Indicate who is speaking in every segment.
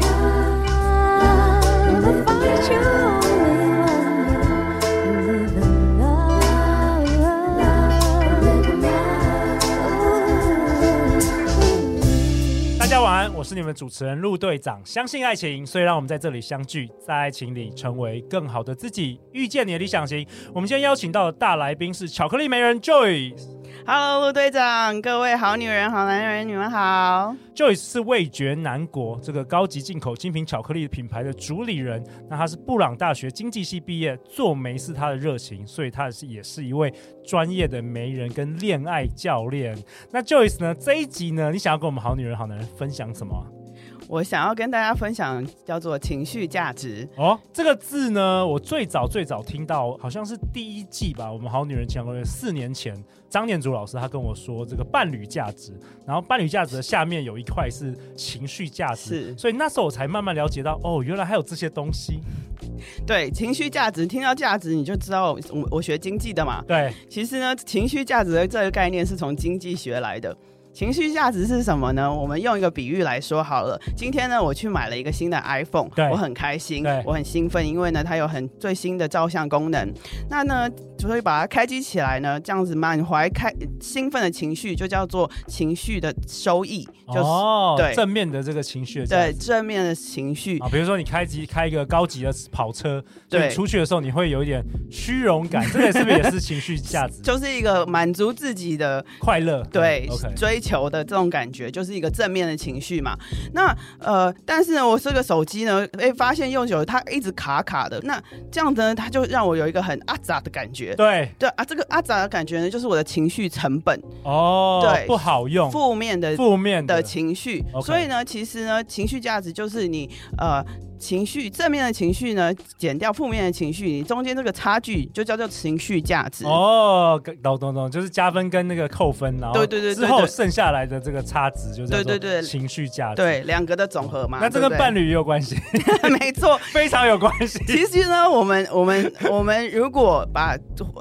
Speaker 1: Love, find you only one. Live in love, live in love.
Speaker 2: 大家晚安，我是你们主持人陆队长。相信爱情，所以让我们在这里相聚，在爱情里成为更好的自己，遇见你的理想型。我们今天邀请到的大来宾是巧克力媒人 Joyce。
Speaker 3: Hello，陆队长，各位好女人、好男人，你们好。
Speaker 2: Joyce 是味觉南国这个高级进口精品巧克力品牌的主理人。那她是布朗大学经济系毕业，做媒是她的热情，所以她是也是一位专业的媒人跟恋爱教练。那 Joyce 呢，这一集呢，你想要跟我们好女人、好男人分享什么啊、
Speaker 3: 我想要跟大家分享叫做情绪价值。
Speaker 2: 哦，这个字呢，我最早最早听到好像是第一季吧，我们《好女人情感攻略》四年前，张念祖老师他跟我说这个伴侣价值，然后伴侣价值的下面有一块是情绪价值，
Speaker 3: 是
Speaker 2: 所以那时候我才慢慢了解到，哦，原来还有这些东西。
Speaker 3: 对，情绪价值，听到价值你就知道我我学经济的嘛。
Speaker 2: 对，
Speaker 3: 其实呢，情绪价值的这个概念是从经济学来的。情绪价值是什么呢？我们用一个比喻来说好了。今天呢，我去买了一个新的 iPhone，
Speaker 2: 对
Speaker 3: 我很开心
Speaker 2: 对，
Speaker 3: 我很兴奋，因为呢，它有很最新的照相功能。那呢，所以把它开机起来呢，这样子满怀开兴奋的情绪，就叫做情绪的收益，就是、
Speaker 2: 哦，
Speaker 3: 对
Speaker 2: 正面的这个情绪的价
Speaker 3: 对
Speaker 2: 值。
Speaker 3: 正面的情绪。
Speaker 2: 啊，比如说你开级开一个高级的跑车，所以
Speaker 3: 对
Speaker 2: 出去的时候你会有一点虚荣感， 这个是不是也是情绪价值？
Speaker 3: 就是一个满足自己的
Speaker 2: 快乐，
Speaker 3: 对、
Speaker 2: 嗯，OK，
Speaker 3: 追求的这种感觉，就是一个正面的情绪嘛。那呃，但是呢，我这个手机呢，哎，发现用久了它一直卡卡的，那这样子呢，它就让我有一个很阿杂的感觉。
Speaker 2: 对，
Speaker 3: 对啊，这个阿杂的感觉呢，就是我的情绪成本，
Speaker 2: 哦，
Speaker 3: 对
Speaker 2: 不好用，
Speaker 3: 负面的
Speaker 2: 负面的
Speaker 3: 的情绪。
Speaker 2: OK
Speaker 3: 所以呢，其实呢，情绪价值就是你呃情绪正面的情绪呢，减掉负面的情绪，你中间这个差距就叫做情绪价值。
Speaker 2: 哦，跟懂懂懂，就是加分跟那个扣分，然后
Speaker 3: 对对对
Speaker 2: 之
Speaker 3: 对
Speaker 2: 后剩下来的这个差值就叫
Speaker 3: 对对
Speaker 2: 做
Speaker 3: 对
Speaker 2: 情绪价值。
Speaker 3: 对，两个的总和嘛。
Speaker 2: 那这跟伴
Speaker 3: 侣
Speaker 2: 侣也有关系，
Speaker 3: 没错。
Speaker 2: 非常有关系。
Speaker 3: 其实呢，我们我们我们如果把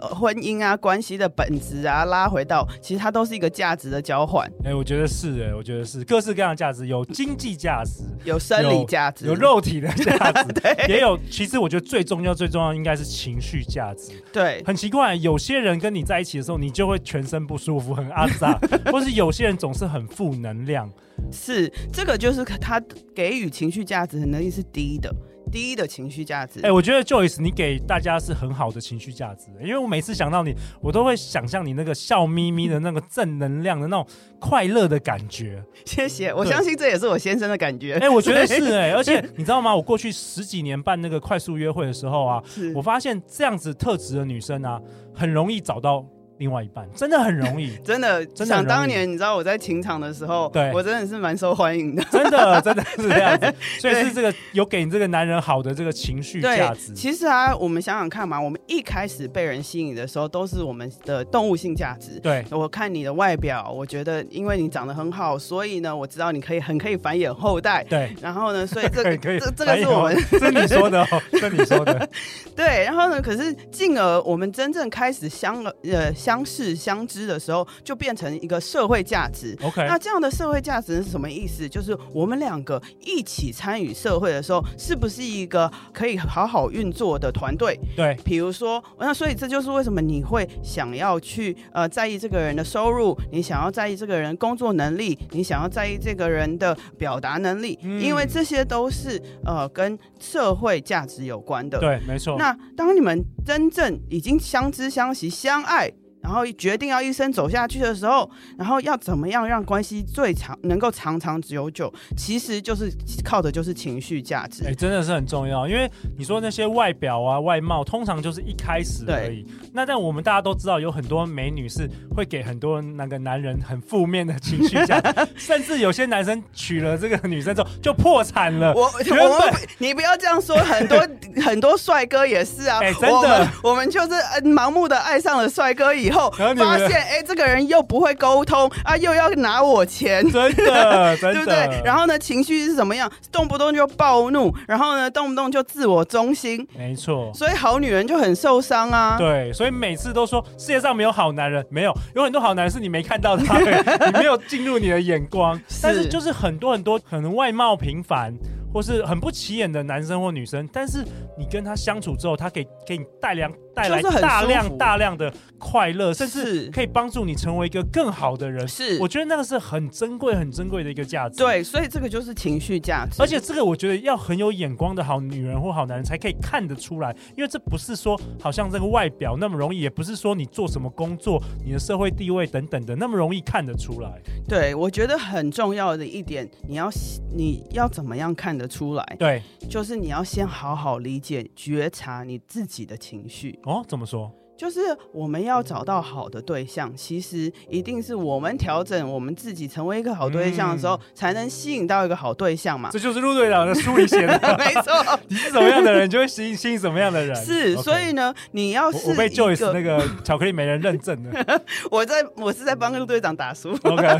Speaker 3: 呃婚姻啊、关系的本质啊拉回到，其实它都是一个价值的交换，
Speaker 2: 哎、我觉得是哎、我觉得是各式各样的价值，有经济价值，
Speaker 3: 有生理价值，
Speaker 2: 有肉体的价值，
Speaker 3: 对
Speaker 2: 也有。其实我觉得最重要、最重要应该是情绪价值。
Speaker 3: 对
Speaker 2: 很奇怪，有些人跟你在一起的时候，你就会全身不舒服，很阿杂， 或是有些人总是很负能量。
Speaker 3: 是这个就是它给予情绪价值的能力是低的，低的情绪价值。
Speaker 2: 哎、我觉得 Joyce，你给大家是很好的情绪价值，因为我每次想到你，我都会想象你那个笑眯眯的那个正能量的那种快乐的感觉。
Speaker 3: 谢谢，我
Speaker 2: 嗯对
Speaker 3: 相信这也是我先生的感觉。
Speaker 2: 哎、我觉得
Speaker 3: 所以
Speaker 2: 是哎、而且你知道吗？我过去十几年办那个快速约会的时候啊，
Speaker 3: 是。
Speaker 2: 我发现这样子特质的女生啊，很容易找到另外一半，真的很容易
Speaker 3: 真的，
Speaker 2: 真的很
Speaker 3: 想
Speaker 2: 容
Speaker 3: 当
Speaker 2: 易
Speaker 3: 年，你知道我在情场的时候，
Speaker 2: 对
Speaker 3: 我真的是蛮受欢迎的。
Speaker 2: 真的，真的是这样 子，所以
Speaker 3: 对
Speaker 2: 是这个有给你这个男人好的这个情绪价值，
Speaker 3: 其实啊，我们想想看嘛，我们一开始被人吸引的时候，都是我们的动物性价值。
Speaker 2: 对，
Speaker 3: 我看你的外表，我觉得因为你长得很好，所以呢，我知道你可以很可以繁衍后代。
Speaker 2: 对，
Speaker 3: 然后呢，所以
Speaker 2: 可
Speaker 3: 这个
Speaker 2: 以可以，
Speaker 3: 这这
Speaker 2: 哎
Speaker 3: 个是
Speaker 2: 呦
Speaker 3: 我们
Speaker 2: 这 是你说的、哦，这是你说的，
Speaker 3: 对，然后呢，可是进而我们真正开始相呃相识相知的时候，就变成一个社会价值。
Speaker 2: OK，
Speaker 3: 那这样的社会价值是什么意思？就是我们两个一起参与社会的时候，是不是一个可以好好运作的团队？
Speaker 2: 对，
Speaker 3: 比如说，那所以这就是为什么你会想要去呃在意这个人的收入，你想要在意这个人工作能力，你想要在意这个人的表达能力，
Speaker 2: 嗯
Speaker 3: 因为这些都是呃跟社会价值有关的。
Speaker 2: 对，没错。
Speaker 3: 那当你们真正已经相知相惜、相爱，然后决定要一生走下去的时候，然后要怎么样让关系最长能够长长久久，其实就是靠的就是情绪价值。
Speaker 2: 哎、真的是很重要，因为你说那些外表啊、外貌，通常就是一开始
Speaker 3: 对
Speaker 2: 而已。那但我们大家都知道，有很多美女是会给很多那个男人很负面的情绪价 值，甚至有些男生娶了这个女生之后就破产 了。
Speaker 3: 我
Speaker 2: 原
Speaker 3: 我
Speaker 2: 本
Speaker 3: 们你不要这样说， 很多很多帅哥也是啊，
Speaker 2: 哎真的
Speaker 3: 我们我们就是呃盲目的爱上了帅哥以后，
Speaker 2: 然后你们
Speaker 3: 发现哎、这个人又不会沟通啊，又要拿我钱。
Speaker 2: 真的，真
Speaker 3: 对
Speaker 2: 的，
Speaker 3: 不对？然后呢，情绪是怎么样？动不动就暴怒，然后呢，动不动就自我中心，
Speaker 2: 没错。
Speaker 3: 所以好女人就很受伤啊。
Speaker 2: 对，所以每次都说世界上没有好男人，没有，有很多好男人是你没看到他的，啊你没有进入你的眼 光。但是就是很多很多可能外貌平凡或是很不起眼的男生或女生，但是你跟他相处之后，他给给你带量带来
Speaker 3: 就是很
Speaker 2: 大
Speaker 3: 舒
Speaker 2: 量
Speaker 3: 服
Speaker 2: 大量的快乐，甚至
Speaker 3: 是
Speaker 2: 可以帮助你成为一个更好的人。
Speaker 3: 是
Speaker 2: 我觉得那个是很珍贵、很珍贵的一个价值。。
Speaker 3: 对，所以这个就是情绪价值。
Speaker 2: 而且这个我觉得要很有眼光的好女人或好男人才可以看得出来，因为这不是说好像这个外表那么容易，也不是说你做什么工作、你的社会地位等等的那么容易看得出来。
Speaker 3: 对，我觉得很重要的一点，你要你要怎么样看得出来，
Speaker 2: 对，
Speaker 3: 就是你要先好好理解、觉察你自己的情绪。
Speaker 2: 哦，怎么说？
Speaker 3: 就是我们要找到好的对象，其实一定是我们调整我们自己成为一个好对象的时候，
Speaker 2: 嗯
Speaker 3: 才能吸引到一个好对 象嘛。
Speaker 2: 这就是陆队长的书里写 的，
Speaker 3: 没错，
Speaker 2: 你是什么样的人，你就会吸引吸引什么样的人。
Speaker 3: 是，
Speaker 2: OK
Speaker 3: 所以呢，你要
Speaker 2: 我
Speaker 3: 是
Speaker 2: 我被
Speaker 3: 一个
Speaker 2: Joyce 那个巧克力美人认证 了。
Speaker 3: 我在我是在帮陆队长打书，
Speaker 2: OK，, o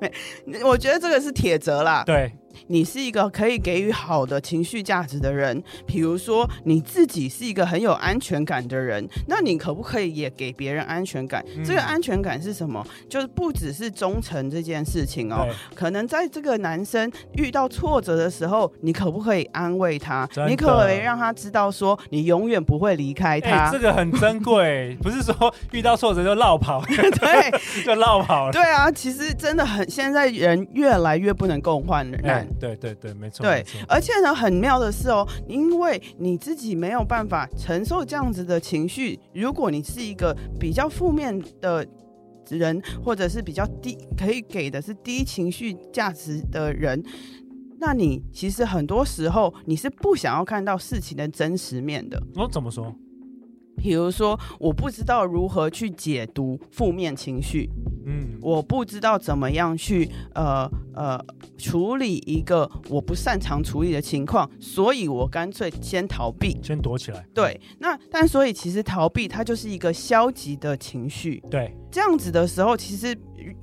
Speaker 2: k
Speaker 3: 我觉得这个是铁则啦。
Speaker 2: 对，
Speaker 3: 你是一个可以给予好的情绪价值的人，比如说你自己是一个很有安全感的人，那你可不可以也给别人安全感？
Speaker 2: 嗯
Speaker 3: 这个安全感是什么？就是不只是忠诚这件事情哦，
Speaker 2: 对，
Speaker 3: 可能在这个男生遇到挫折的时候，你可不可以安慰他
Speaker 2: 真？的
Speaker 3: 你可不可以让他知道说你永远不会离开
Speaker 2: 哎、
Speaker 3: 他？
Speaker 2: 这个很珍贵，不是说遇到挫折就绕跑，
Speaker 3: 对，
Speaker 2: 就绕跑了。
Speaker 3: 对啊，其实真的很，现在人越来越不能共患难。
Speaker 2: 哎，对对对，没错，
Speaker 3: 对
Speaker 2: 没错，
Speaker 3: 而且呢，很妙的是哦，因为你自己没有办法承受这样子的情绪，如果你是一个比较负面的人，或者是比较低可以给的是低情绪价值的人，那你其实很多时候你是不想要看到事情的真实面的。
Speaker 2: 我、哦怎么说？
Speaker 3: 比如说，我不知道如何去解读负面情绪，
Speaker 2: 嗯，
Speaker 3: 我不知道怎么样去呃呃处理一个我不擅长处理的情况，所以我干脆先逃避。
Speaker 2: 先躲起来。
Speaker 3: 对，那但所以其实逃避它就是一个消极的情绪，
Speaker 2: 对，
Speaker 3: 这样子的时候，其实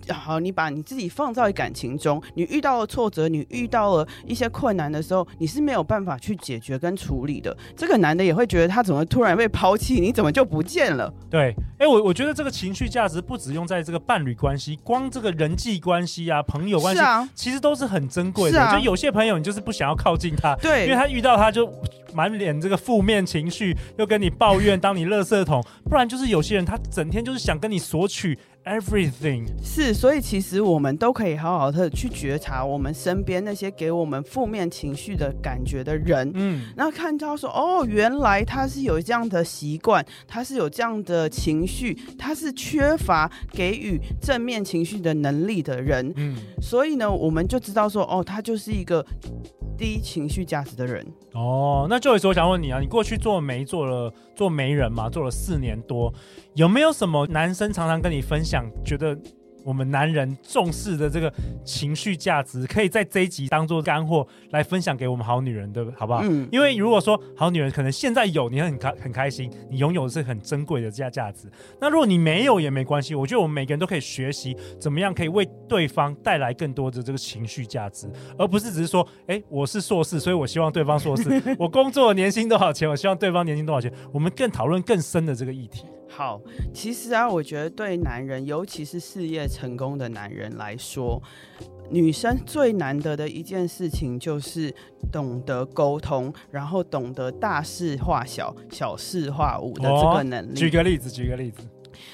Speaker 3: 呃好，你把你自己放在感情中，你遇到了挫折，你遇到了一些困难的时候，你是没有办法去解决跟处理的。这个男的也会觉得他怎么突然被抛弃，你怎么就不见了？
Speaker 2: 对，哎、我我觉得这个情绪价值不只用在这个伴侣关系，光这个人际关系啊、朋友关
Speaker 3: 是
Speaker 2: 系，
Speaker 3: 啊，
Speaker 2: 其实都是很珍贵
Speaker 3: 是
Speaker 2: 的。
Speaker 3: 啊
Speaker 2: 就有些朋友你就是不想要靠近他，
Speaker 3: 对，
Speaker 2: 因为他遇到他就满脸这个负面情绪，又跟你抱怨，当你垃圾桶；不然就是有些人他整天就是想跟你索取 everything。
Speaker 3: 是，所以其实我们都可以好好的去觉察我们身边那些给我们负面情绪的感觉的人，
Speaker 2: 嗯，
Speaker 3: 那看到说哦，原来他是有这样的习惯，他是有这样的情绪，他是缺乏给予正面情绪的能力的人，
Speaker 2: 嗯，
Speaker 3: 所以呢，我们就知道说哦，他就是一个低情绪价值的人。
Speaker 2: 哦，那 Joyce，我想问你啊，你过去做媒做了做媒人嘛，做了四年多，有没有什么男生常常跟你分享，觉得我们男人重视的这个情绪价值，可以在这一集当做干货来分享给我们好女人，对不好不好？
Speaker 3: 嗯，
Speaker 2: 因为如果说好女人可能现在有，你很开很开心，你拥有的是很珍贵的价价值。那如果你没有也没关系，我觉得我们每个人都可以学习怎么样可以为对方带来更多的这个情绪价值，而不是只是说，哎，我是硕士，所以我希望对方硕士；我工作年薪多少钱，我希望对方年薪多少钱。我们更讨论更深的这个议题。
Speaker 3: 好，其实啊，我觉得对男人，尤其是事业成功的男人来说，女生最难得的一件事情就是懂得沟通，然后懂得大事化小，小事化无的这
Speaker 2: 哦
Speaker 3: 个能力。
Speaker 2: 举个例子，举个例子，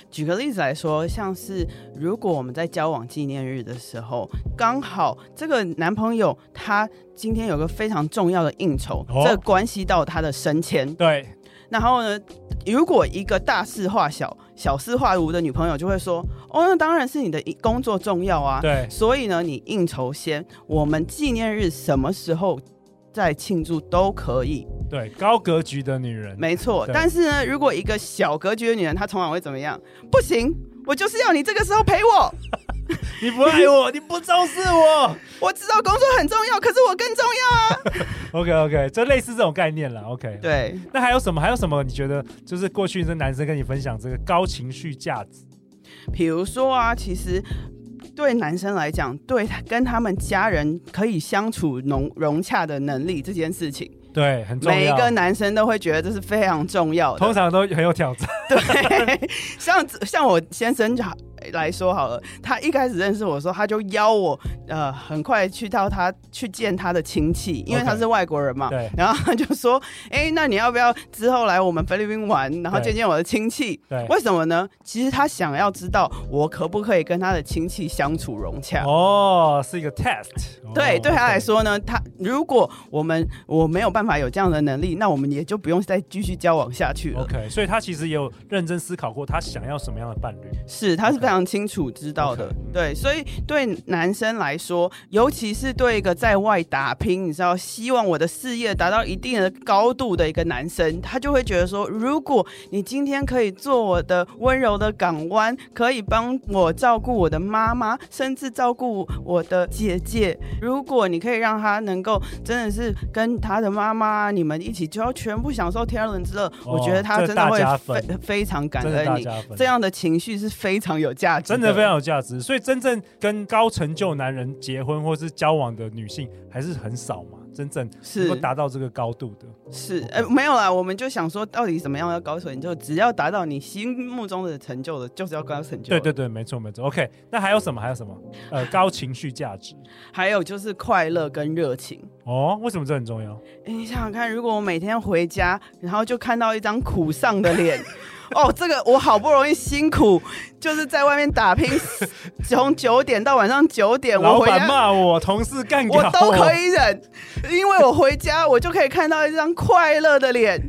Speaker 3: 举个例子来说，像是如果我们在交往纪念日的时候，刚好这个男朋友他今天有个非常重要的应酬，
Speaker 2: 哦
Speaker 3: 这关系到他的升迁。
Speaker 2: 对，
Speaker 3: 然后呢，如果一个大事化小、小事化无的女朋友，就会说：“哦，那当然是你的工作重要啊。”
Speaker 2: 对
Speaker 3: 所以呢，你应酬先，我们纪念日什么时候再庆祝都可以，
Speaker 2: 对，高格局的女人，
Speaker 3: 没错。
Speaker 2: 对
Speaker 3: 但是呢，如果一个小格局的女人，她通常会怎么样？不行，我就是要你这个时候陪我。
Speaker 2: 你不爱我，你不重视我。
Speaker 3: 我知道工作很重要，可是我更重要啊。
Speaker 2: OK OK，就类似这种概念了。OK，。
Speaker 3: 对，
Speaker 2: 那还有什么？还有什么？你觉得就是过去这男生跟你分享这个高情绪价值？
Speaker 3: 比如说啊，其实对男生来讲，对他跟他们家人可以相处融融洽的能力这件事情，
Speaker 2: 对，很重要。
Speaker 3: 每一个男生都会觉得这是非常重要的。
Speaker 2: 通常都很有挑战。
Speaker 3: 对， 像像我先生就好来说好了，他一开始认识我的时候，他就邀我呃很快去到他去见他的亲戚，因为
Speaker 2: OK
Speaker 3: 他是外国人嘛。
Speaker 2: 对
Speaker 3: 然后他就说：“哎、那你要不要之后来我们菲律宾玩，然后
Speaker 2: 对
Speaker 3: 见见我的亲戚？”
Speaker 2: 对，
Speaker 3: 为什么呢？其实他想要知道我可不可以跟他的亲戚相处融洽。
Speaker 2: 哦，是一个 test 哦。
Speaker 3: 啊对，对他来
Speaker 2: OK，
Speaker 3: 说呢，他如果我们我没有办法有这样的能力，那我们也就不用再继续交往下去了。
Speaker 2: ，OK，所以他其实也有认真思考过，他想要什么样的伴侣。
Speaker 3: 是，他是
Speaker 2: OK
Speaker 3: 非常清楚知道的
Speaker 2: OK
Speaker 3: 对，所以对男生来说，尤其是对一个在外打拼，你知道，希望我的事业达到一定的高度的一个男生，他就会觉得说，如果你今天可以做我的温柔的港湾，可以帮我照顾我的妈妈，甚至照顾我的姐姐，如果你可以让他能够真的是跟他的妈妈你们一起，就要全部享受天伦之乐，我觉得他
Speaker 2: 这
Speaker 3: 真的
Speaker 2: 大
Speaker 3: 会
Speaker 2: 加
Speaker 3: 非
Speaker 2: 分
Speaker 3: 非常感
Speaker 2: 真的哦大
Speaker 3: 恩你。
Speaker 2: 加分，
Speaker 3: 这样的情绪是非常有价值，
Speaker 2: 真的非。常有价值。所以真正跟高成就男人结婚或是交往的女性还是很少嘛，真正能
Speaker 3: 是
Speaker 2: 够达到这个高度的。
Speaker 3: 是，呃，没有啦，我们就想说，到底怎么样要高成就？只要达到你心目中的成就的，就是要高成就。
Speaker 2: 对对，对，没错没错。OK，那还有什么？还有什么？呃，高情绪价值。
Speaker 3: 还有就是快乐跟热情。
Speaker 2: 哦，为什么这很重要？
Speaker 3: 诶你想想看，如果我每天回家，然后就看到一张苦丧的脸，哦，这个我好不容易辛苦，就是在外面 打拼，从九点到晚上九点，哎我
Speaker 2: 老
Speaker 3: 回
Speaker 2: 板
Speaker 3: 家
Speaker 2: 骂我，同事干掉
Speaker 3: 我都可。以忍，因为我回家我就可以看到一张快乐的脸。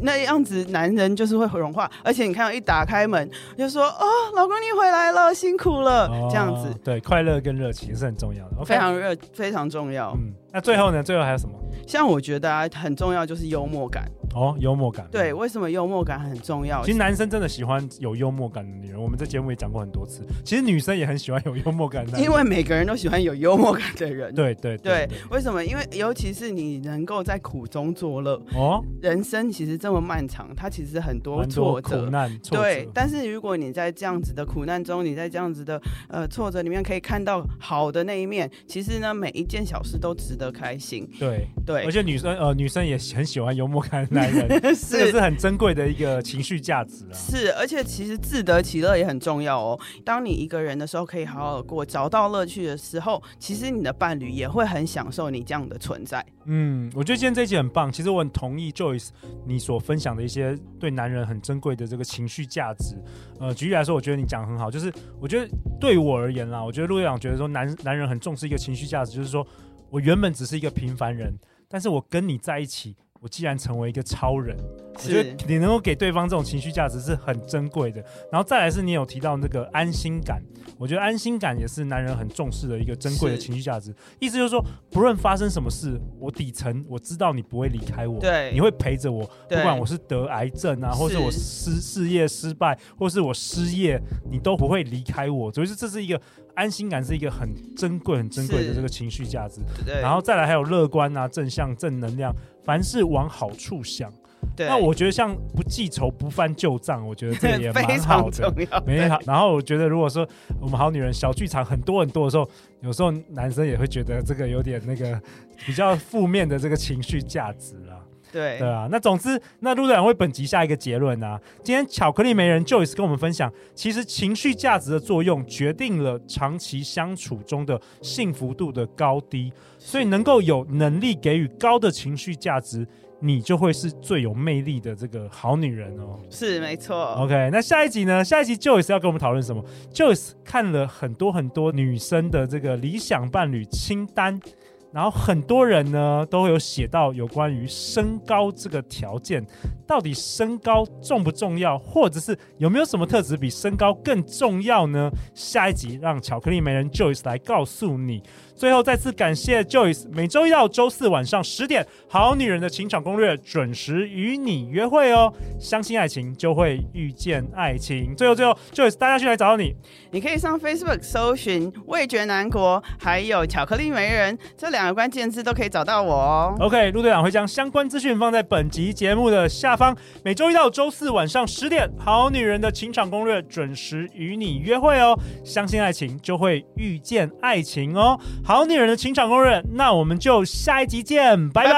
Speaker 3: 那样子男人就是会融化，而且你看到一打开门就说：“哦，老公你回来了，辛苦了。
Speaker 2: 哦
Speaker 3: 这样子
Speaker 2: 对，快乐跟热情是很重要的。OK
Speaker 3: 非常热，非常重要。
Speaker 2: 嗯，那最后呢？最后还有什么？
Speaker 3: 像我觉得啊，很重要就是幽默感。
Speaker 2: 哦，幽默感。
Speaker 3: 对，为什么幽默感很重要？
Speaker 2: 其实男生真的喜欢有幽默感的女人，我们这节目也讲过很多次。其实女生也很喜欢有幽默感的男人，
Speaker 3: 因为每个人都喜欢有幽默感的人。
Speaker 2: 对对
Speaker 3: 对，为什么？因为尤其是你能够在苦中作乐，
Speaker 2: 哦，
Speaker 3: 人生其实这么漫长，它其实很多
Speaker 2: 蛮
Speaker 3: 挫
Speaker 2: 多
Speaker 3: 折
Speaker 2: 苦、难挫折，
Speaker 3: 对，但是如果你在这样子的苦难中，你在这样子的呃挫折里面可以看到好的那一面，其实呢，每一件小事都值得开心。
Speaker 2: 对而
Speaker 3: 对，
Speaker 2: 且女生呃女生也很喜欢幽默感的男人，这个
Speaker 3: 是
Speaker 2: 是很珍贵的一个情绪价值啊。
Speaker 3: 是，而且其实自得其乐也很重要哦。当你一个人的时候，可以好好地过，找到乐趣的时候，其实你的伴侣也会很享受你这样的存在。
Speaker 2: 嗯，我觉得今天这一集很棒。其实我很同意 Joyce 你所分享的一些对男人很珍贵的这个情绪价值。呃，举例来说，我觉得你讲得很好，就是我觉得对我而言啦，我觉得陆队长觉得说男男人很重视一个情绪价值，就是说我原本只是一个平凡人，但是我跟你在一起，我既然成为一个超人，我觉
Speaker 3: 是
Speaker 2: 得你能够给对方这种情绪价值是很珍贵的。然后再来是你有提到那个安心感，我觉得安心感也是男人很重视的一个珍贵的
Speaker 3: 是
Speaker 2: 情绪价值。意思就是说，不论发生什么事，我底层我知道你不会离开我，
Speaker 3: 对
Speaker 2: 你会陪着我，不
Speaker 3: 对
Speaker 2: 管我是得癌症啊，
Speaker 3: 是
Speaker 2: 或是我失事业失败，或是我失业，你都不会离开我。所以这是一个安心感，是一个很珍贵、很珍贵的
Speaker 3: 是
Speaker 2: 这个情绪价值。
Speaker 3: 对，
Speaker 2: 然后再来还有乐观啊、正向、正能量，凡事往好处想。
Speaker 3: 对，
Speaker 2: 那我觉得像不记仇、不犯旧账，我觉得这也
Speaker 3: 非
Speaker 2: 蛮好的
Speaker 3: 常重。要。
Speaker 2: 没
Speaker 3: 对
Speaker 2: 好，然后我觉得，如果说我们好女人小剧场很多很多的时候，有时候男生也会觉得这个有点那个比较负面的这个情绪价值啦，
Speaker 3: 对
Speaker 2: 对啊。那总之，那陆队长为本集下一个结论啊，今天巧克力媒人 Joyce 跟我们分享，其实情绪价值的作用决定了长期相处中的幸福度的高低，所以能够有能力给予高的情绪价值，你就会是最有魅力的这个好女人哦。
Speaker 3: 是没错。
Speaker 2: OK，那下一集呢？下一集 Joyce 要跟我们讨论什么？Joyce 看了很多很多女生的这个理想伴侣清单，然然后很多人呢都有写到有关于身高这个条件，到底身高重不重要，或者是有没有什么特质比身高更重要呢？下一集让巧克力媒人 Joyce 来告诉你。最后再次感谢 Joyce，每周一到周四晚上十点，《好女人的情场攻略》准时与你约会哦。相信爱情，就会遇见爱情。最后最后，Joyce，大家去来找到你。
Speaker 3: 你可以上 Facebook 搜寻“味觉南国”还有“巧克力媒人”这两个关键字都可以找到我哦。
Speaker 2: OK，陆队长会将相关资讯放在本集节目的下方。每周一到周四晚上十点，《好女人的情场攻略》准时与你约会哦。相信爱情，就会遇见爱情哦。《好女人的情场攻略》，那我们就下一集见，拜拜。
Speaker 3: 拜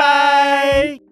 Speaker 3: 拜